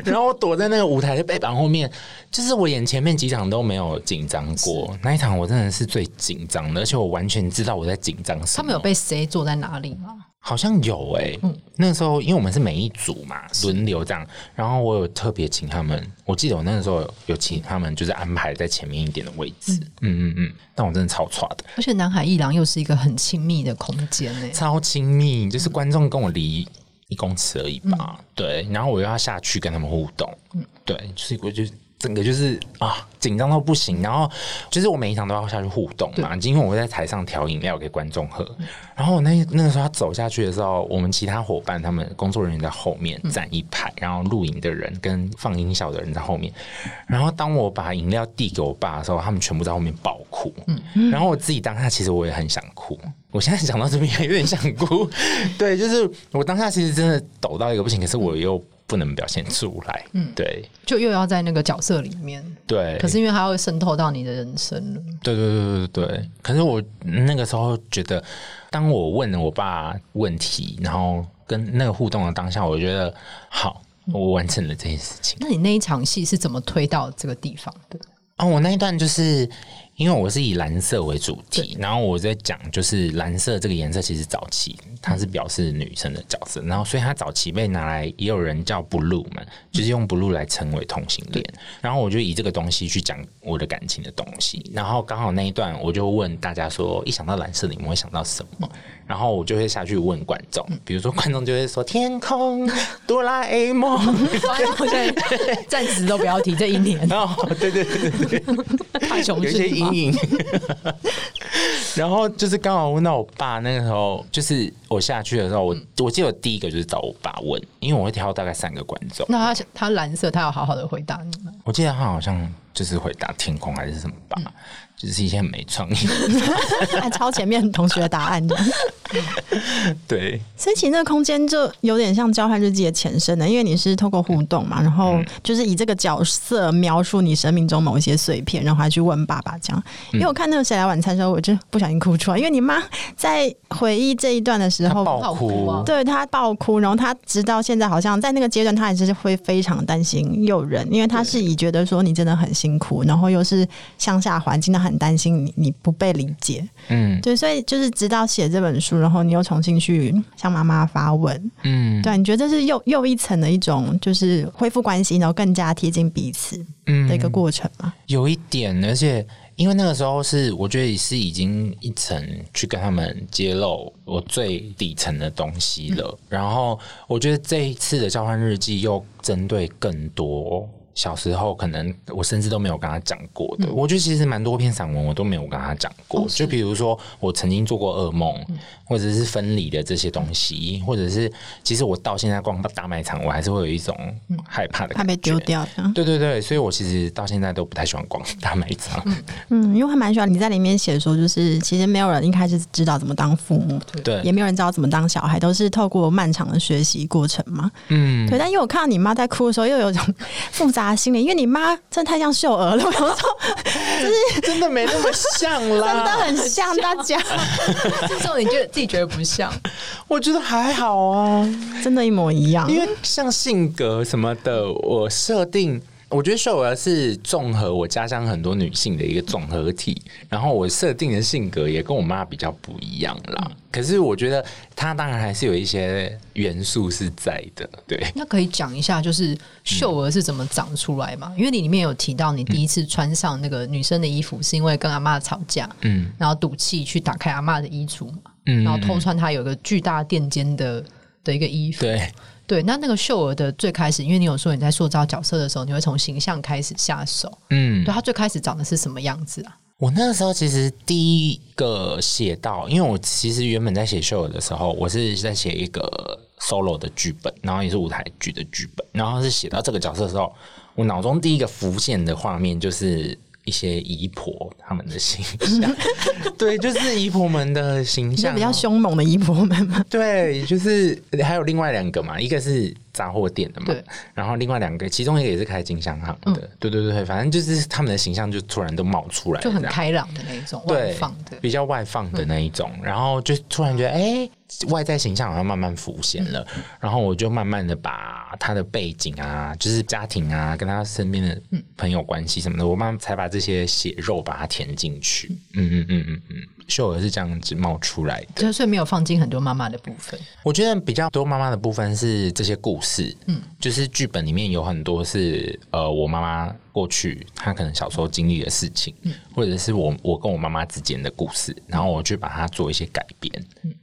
然后我躲在那个舞台的背板后面，就是我演前面几场都没有紧张过，那一场我真的是最紧张的，而且我完全知道我在紧张什么。他们有被谁坐在哪里吗？好像有哎、那时候因为我们是每一组嘛，轮流这样，然后我有特别请他们，我记得我那个时候有有请他们，就是安排在前面一点的位置，嗯嗯嗯，但我真的超差的，而且南海一郎又是一个很亲密的空间欸呢、超亲密，就是观众跟我离一公尺而已吧，对，然后我又要下去跟他们互动，对，就是我就。整个就是啊，紧张到不行，然后就是我每一场都要下去互动嘛，因为我会在台上调饮料给观众喝。然后我那那个时候他走下去的时候，我们其他伙伴他们工作人员在后面站一排，然后录影的人跟放音效的人在后面。然后当我把饮料递给我爸的时候，他们全部在后面爆哭，哭。嗯，然后我自己当下其实我也很想哭，我现在讲到这边有点想哭。 对，就是我当下其实真的抖到一个不行，可是我又不能表现出来。嗯，对就又要在那个角色里面，对。可是因为它会渗透到你的人生了。对对对对对。可是我那个时候觉得，当我问我爸问题，然后跟那个互动的当下，我觉得好，我完成了这件事情。那你那一场戏是怎么推到这个地方的？啊、我那一段就是因为我是以蓝色为主题，然后我在讲就是蓝色这个颜色其实早期它是表示女生的角色，然后所以它早期被拿来也有人叫 blue 嘛，就是用 blue 来称为同性恋，然后我就以这个东西去讲我的感情的东西，然后刚好那一段我就问大家说，一想到蓝色你们会想到什么？然后我就会下去问观众，比如说观众就会说天空、哆啦 A 梦， 我现在暂时都不要提这一 年然后哦对对对对对。太雄有一些性阴吧。影。 然后就是刚好问到我爸那个时候，就是我下去的时候，我、我记得我第一个就是找我爸问，因为我会挑大概三个观众。那他他蓝色，他要好好的回答你吗？我记得他好像就是回答天空还是什么吧，就是一些很没创 意。还抄前面同学的答案这样。对，所以其实那个空间就有点像交换日记的前身的，因为你是透过互动嘛，然后就是以这个角色描述你生命中某一些碎片，然后还去问爸爸这样。因为我看那个谁来晚餐的时候，我就不小心哭出来，因为你妈在回忆这一段的时他候，爆好哭哭啊，对她爆哭，然后她直到现在好像在那个阶段，她还是会非常担心有人，因为她是以觉得说你真的很辛苦，然后又是乡下环境，她很担心你你不被理解，嗯对，所以就是直到写这本书，然后你又重新去向妈妈发问，嗯对啊，你觉得这是又又一层的一种就是恢复关系，然后更加贴近彼此嗯的一个过程嘛？有一点，而且因为那个时候是，我觉得是已经一层去跟他们揭露我最底层的东西了。嗯然后我觉得这一次的交换日记又针对更多。小时候可能我甚至都没有跟他讲过嗯的，我觉得其实蛮多篇散文我都没有跟他讲过。哦就比如说我曾经做过噩梦，嗯或者是分离的这些东西，或者是其实我到现在逛大卖场，我还是会有一种害怕的嗯怕感觉，被丢掉这样。对对对，所以我其实到现在都不太喜欢逛大卖场。嗯，因为我还蛮喜欢你在里面写说，就是其实没有人一开始知道怎么当父母，也对，没有人知道怎么当小孩，都是透过漫长的学习过程嘛。嗯，对，但因为我看到你妈在哭的时候，又有一种 复杂的心理，因为你妈真的太像秀儿了，我想说真的没那么像真的啦，很像大家， 这时候你觉得自己觉得不像，我觉得还好啊，真的，一模一样。因为像性格什么的，我设定。我觉得秀儿是综合我家乡很多女性的一个综合体，然后我设定的性格也跟我妈比较不一样啦。可是我觉得她当然还是有一些元素是在的，对， 那可以讲一下，就是秀儿是怎么长出来嘛？因为你里面有提到，你第一次穿上那个女生的衣服，是因为跟阿妈吵架，嗯然后赌气去打开阿妈的衣橱嘛，嗯然后偷穿她有个巨大垫肩的的一个衣服。对，对，那那个秀儿的最开始，因为你有说你在塑造角色的时候，你会从形象开始下手。嗯对，她最开始长得是什么样子啊？我那个时候其实第一个写到，因为我其实原本在写秀的时候，我是在写一个 solo 的剧本，然后也是舞台剧的剧本，然后是写到这个角色的时候，我脑中第一个浮现的画面就是一些姨婆她们的形象， 对，就是姨婆们的形你就象比较哦凶猛的姨婆们嘛，对，就是还有另外两个嘛，一个是杂货店的嘛对，然后另外两个，其中一个也是开金香嗯行的，对对对，反正就是他们的形象就突然都冒出来了这就样，很开朗的那一种，哎对外放的。比较外放的那一种，然后就突然觉得，哎、外在形象好像慢慢浮现了，嗯然后我就慢慢的把他的背景啊，就是家庭啊，跟他身边的朋友关系什嗯么的，我慢慢才把这些血肉把它填进去。嗯嗯嗯嗯嗯，秀儿是这样子冒出来的。就是所以没有放进很多妈妈的部分，我觉得比较多妈妈的部分是这些故事，嗯，就是剧本里面有很多是呃，我妈妈过去她可能小时候经历的事情，或者是我我跟我妈妈之间的故事，然后我去把它做一些改编，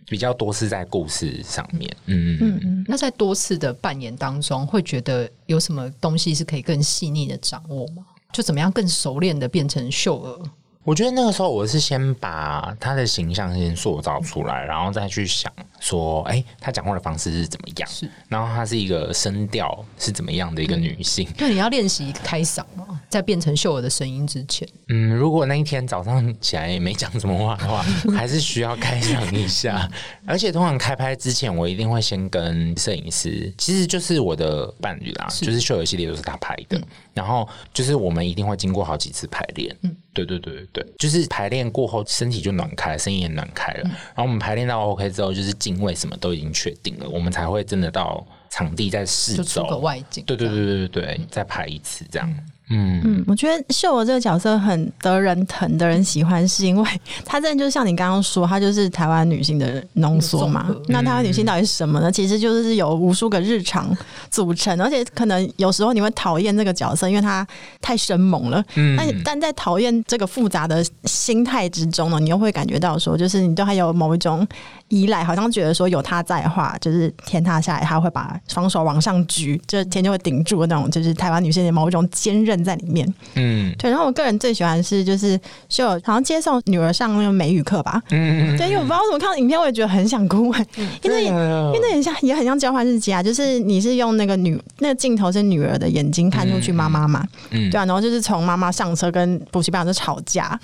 比较多是在故事上面，嗯嗯嗯，那在多次的扮演当中，会觉得有什么东西是可以更细腻的掌握吗？就怎么样更熟练的变成秀儿？我觉得那个时候我是先把她的形象先塑造出来，然后再去想说，哎、她讲话的方式是怎嗯么样，是然后她是一个声调是怎么样的一个女性。对，你要练习开嗓嘛，在变成秀儿的声音之前，嗯，如果那一天早上起来没讲什么话的话，还是需要开场一下。而且通常开拍之前，我一定会先跟摄影师，其实就是我的伴侣啦，就是秀友系列都是他拍的。然后就是我们一定会经过好几次排练，嗯，对对对对对，就是排练过后身体就暖开，声音也暖开了。然后我们排练到 OK 之后，就是敬畏什么都已经确定了，我们才会真的到场地再试就出走个。外景。对对对对对对，再排一次这样。嗯，我觉得秀娥这个角色很得人疼、得人喜欢，是因为她真的就像你刚刚说，她就是台湾女性的浓缩嘛综合。那台湾女性嗯到底是什么呢？其实就是有无数个日常组成，而且可能有时候你会讨厌这个角色，因为她太生猛了。嗯但但在讨厌这个复杂的心态之中呢，你又会感觉到说，就是你对她有某一种依赖，好像觉得说有她在的话，就是天塌下来，她会把双手往上举，这天就会顶住的那种，就是台湾女性的某一种坚韧在里面。嗯对，然后我个人最喜欢的是就是秀儿好像接送女儿上那个美语课吧，嗯，对，因为我不知道为什么看到影片我也觉得很想哭、 欸，因为。因为那很像，也很像交换日记啊，就是你是用那个女那个镜头是女儿的眼睛看出去妈妈嘛，嗯对啊，然后就是从妈妈上车跟补习班老师吵 架，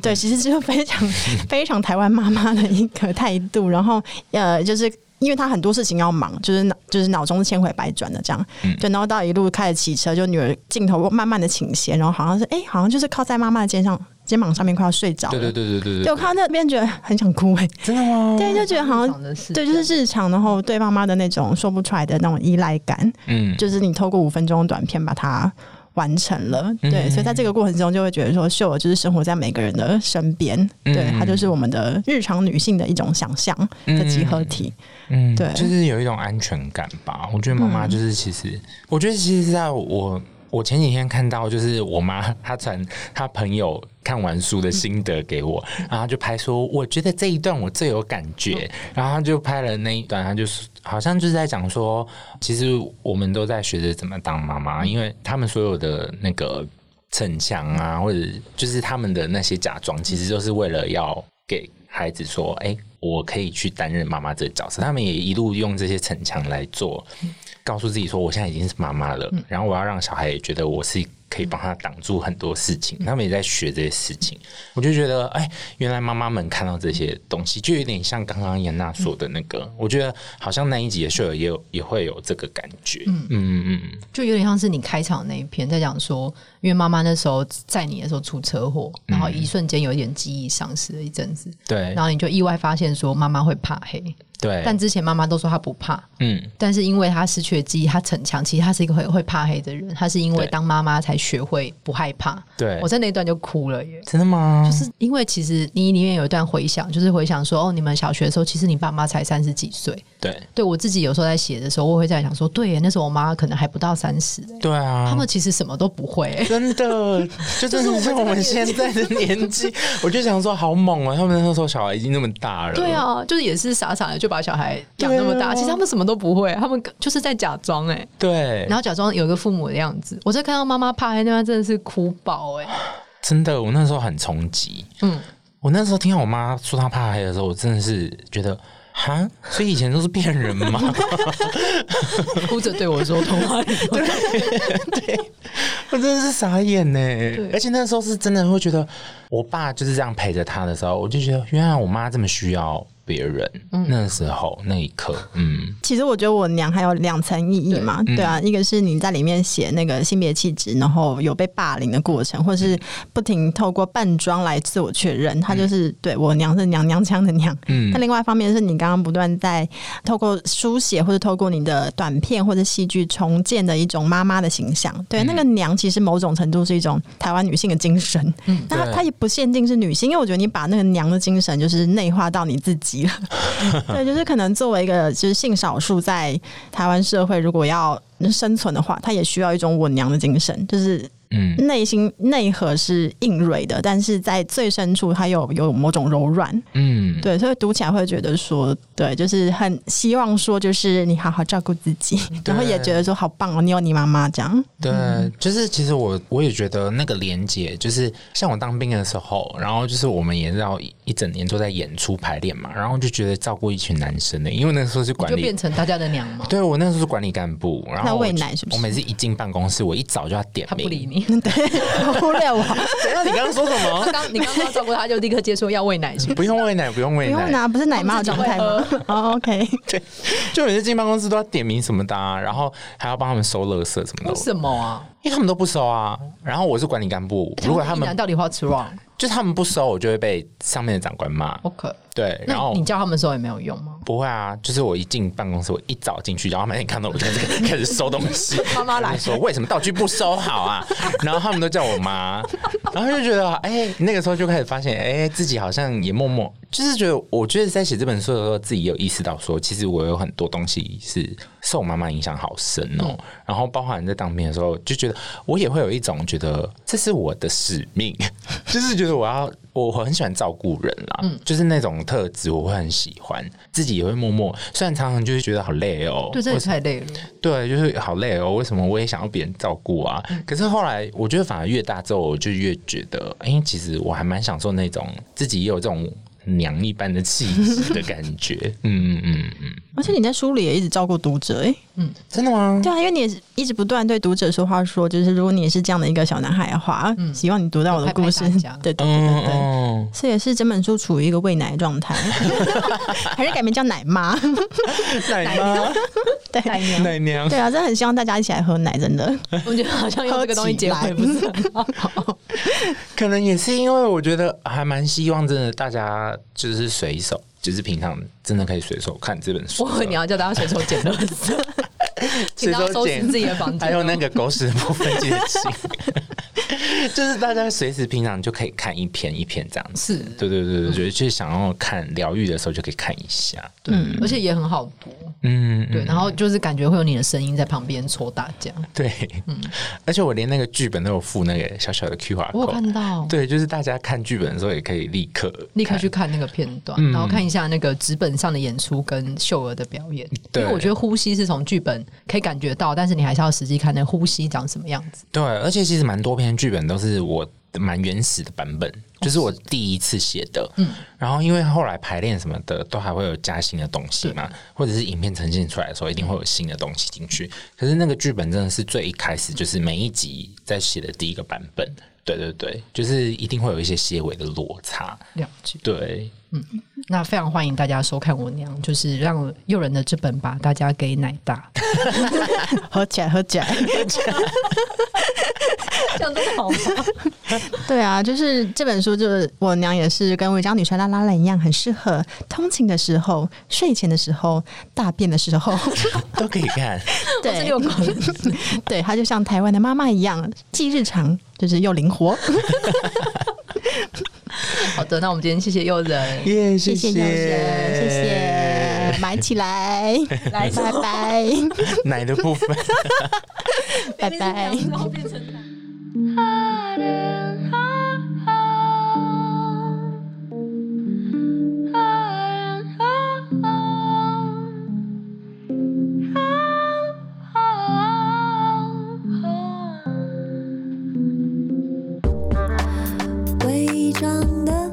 对，其实就是非常 非常台湾妈妈的一个态度，然后呃，就是。因为她很多事情要忙，就是脑就是脑中千回百转的这样，嗯对，然后到一路开始骑车，就女儿镜头慢慢的倾斜，然后好像是哎、好像就是靠在妈妈的肩上肩膀上面快要睡着了，对对对对对对我看到那边觉得很想哭哎、真的吗？对，就觉得好像讲的是对，就是日常，然后对妈妈的那种说不出来的那种依赖感，嗯，就是你透过五分钟的短片把它完成了。嗯对，所以在这个过程中，就会觉得说，秀儿就是生活在每个人的身边，对嗯她就是我们的日常女性的一种想象的集合体。嗯，对嗯就是有一种安全感吧。我觉得妈妈就是，其实、我觉得其实在我我前几天看到，就是我妈 她传她朋友看完书的心得给我，嗯然后她就拍说，我觉得这一段我最有感觉，嗯然后她就拍了那一段，她就是好像就是在讲说，其实我们都在学着怎么当妈妈，因为他们所有的那个。逞强啊，或者就是他们的那些假装，其实就是为了要给孩子说，哎、我可以去担任妈妈这个角色。他们也一路用这些逞强来做，告诉自己说，我现在已经是妈妈了，然后我要让小孩也觉得我是可以帮他挡住很多事情。他们也在学这些事情，我就觉得，哎、原来妈妈们看到这些东西，就有点像刚刚严娜说的那个，嗯我觉得好像那一集的秀儿也有也会有这个感觉。嗯嗯嗯，就有点像是你开场那一篇在讲说，因为妈妈那时候在你的时候出车祸，然嗯后一瞬间有一点记忆丧失了一阵子，对然后你就意外发现说妈妈会怕黑，对，但之前妈妈都说她不怕，嗯但是因为她失去了记忆，她逞强，其实她是一个会会怕黑的人，她是因为对当妈妈才学会不害怕。对我，在那一段就哭了耶。真的吗？就是是因为其实你里面有一段回想，就是回想说，哦，你们小学的时候，其实你爸妈才三十几岁。对对我自己有时候在写的时候，我会在想说，对耶，那时候我妈可能还不到三十、耶对啊，他们其实什么都不会、 耶真的，就真的是我们现在的 年纪，我就想说好猛啊！他们那时候小孩已经那么大了，对，啊，就是也是傻傻的就把小孩养那么大，对啊其实他们什么都不会，他们就是在假装哎、对，然后假装有一个父母的样子。我在看到妈妈怕黑那段真的是哭爆哎、真的，我那时候很冲击。嗯，我那时候听到我妈说她怕黑的时候，我真的是觉得。哈，所以以前都是骗 人吗？哭着对我说 童话里头 我真的是傻眼呢对。而且那时候是真的会觉得，我爸就是这样陪着她的时候，我就觉得原来我妈这么需要别人。嗯那时候那一刻，嗯，其实我觉得我娘还有两层意义嘛，对啊，一个是你在里面写那个性别气质，然后有被霸凌的过程，或是不停透过扮装来自我确认，她就是、对我娘是娘娘腔的娘。嗯嗯，那另外一方面是你刚刚不断在透过书写或者透过你的短片或者戏剧重建的一种妈妈的形象。对，那个娘其实某种程度是一种台湾女性的精神，那她对她也不限定是女性，因为我觉得你把那个娘的精神就是内化到你自己了。对，就是可能作为一个就是性少数在台湾社会，如果要生存的话，他也需要一种我娘的精神，就是嗯，内心内核是硬蕊的，但是在最深处它有有某种柔软，嗯，对，所以读起来会觉得说，对，就是很希望说，就是你好好照顾自己，然后也觉得说好棒哦，你有你妈妈这样，对，嗯就是其实我我也觉得那个连接，就是像我当兵的时候，然后就是我们也要一整年都在演出排练嘛，然后就觉得照顾一群男生的、因为那时候是管就理变成大家的娘嘛。啊对我那时候是管理干部，然那后喂我就奶是不是我每次一进办公室，我一早就要点他名。不理你，对，忽略我，啊等一下，你刚刚说什他么？ 刚你刚刚照顾他就立刻接说要喂奶，是不是不用喂奶，不用不喂用奶，拿，不是奶妈的状态吗？ 哦，OK，就每次进办公室都要点名什么的、啊，然后还要帮他们收垃圾什么为的，什么啊？因为他们都不收啊。然后我是管理干部， 如果他一男们到底 what's wrong？就他们不收，我就会被上面的长官骂。我可，对，哦然那后你叫他们说也没有用吗？不会啊，就是我一进办公室，我一早进去，然后他们看到我就开始开始收东西，妈妈来他们说为什么道具不收好 啊？然后他们都叫我妈，然后就觉得哎、那个时候就开始发现，哎、自己好像也默默，就是觉得，我觉得在写这本书的时候，自己也有意识到说，其实我有很多东西是受我妈妈影响好深哦、嗯然后包含在当兵的时候，就觉得我也会有一种觉得这是我的使 命，就是觉得我要我我很喜欢照顾人啦，嗯就是那种特质我会很喜欢，自己也会默默，虽然常常就是觉得好累哦、对，这也太累了。对，就是好累哦。为什么我也想要别人照顾啊？可是后来，我觉得反而越大之后，我就越觉得，哎、其实我还蛮享受那种自己也有这种娘一般的气质的感 觉。嗯嗯嗯嗯，而且你在书里也一直照顾读者、欸，真的嗯吗？对啊，因为你也是一直不断对读者说话说，就是如果你也是这样的一个小男孩的话，希望你读到我的故事嗯拍拍大家。 对对对嗯对对，哦，这也是整本书处于一个喂奶 的状态， 还是改名叫奶妈？ 奶妈，对奶娘，奶娘，对啊，真的很希望大家一起来喝奶，真的。我觉得好像用这个东西结尾不是很好。可能也是因为我觉得还蛮希望，真的大家就是随手，就是平常真的可以随手看这本 书我的。以为你要叫大家随手捡垃 圾，请大家收拾自己的房间。哦还有那个狗屎的部分记得清， 就是大家随时平常就可以看一篇一篇这样子。是，对对对对对，就是想要看疗愈的时候就可以看一下。对，而且也很好读。嗯，对，然后就是感觉会有你的声音在旁边戳大家。对，而且我连那个剧本都有附那个小小的 QR 嗯我有看 code。到，对，就是大家看剧本的时候也可以立刻立刻去看那个片段，嗯然后看一下那个纸本上的演出跟秀儿的表演。嗯对因为我觉得呼吸是从剧本可以感觉到，但是你还是要实际看那呼吸长什么样子。对，而且其实蛮多篇剧本都是我蛮原始的版本，哦就是我第一次写的。嗯，然后因为后来排练什么的，都还会有加新的东西嘛，或者是影片呈现出来的时候，一定会有新的东西进去。可是那个剧本真的是最一开始，就是每一集在写的第一个版本。对对对，就是一定会有一些些微的落差。了解。对，那非常欢迎大家收看我娘，就是让诱人的这本把大家给奶大，喝起来，喝 起来。这样都好吗？ 对啊，就是这本书，就是我娘也是跟我家女生拉拉蕾一样，很适合通勤的时候、睡前的时候、大便的时候。都可以看。 是对遛狗。对，她就像台湾的妈妈一样，既日常就是又灵活。 好的，那我们今天谢谢诱人， 耶，谢谢耀神，谢谢，买起来， 拜拜， 奶的部分。拜拜。违章的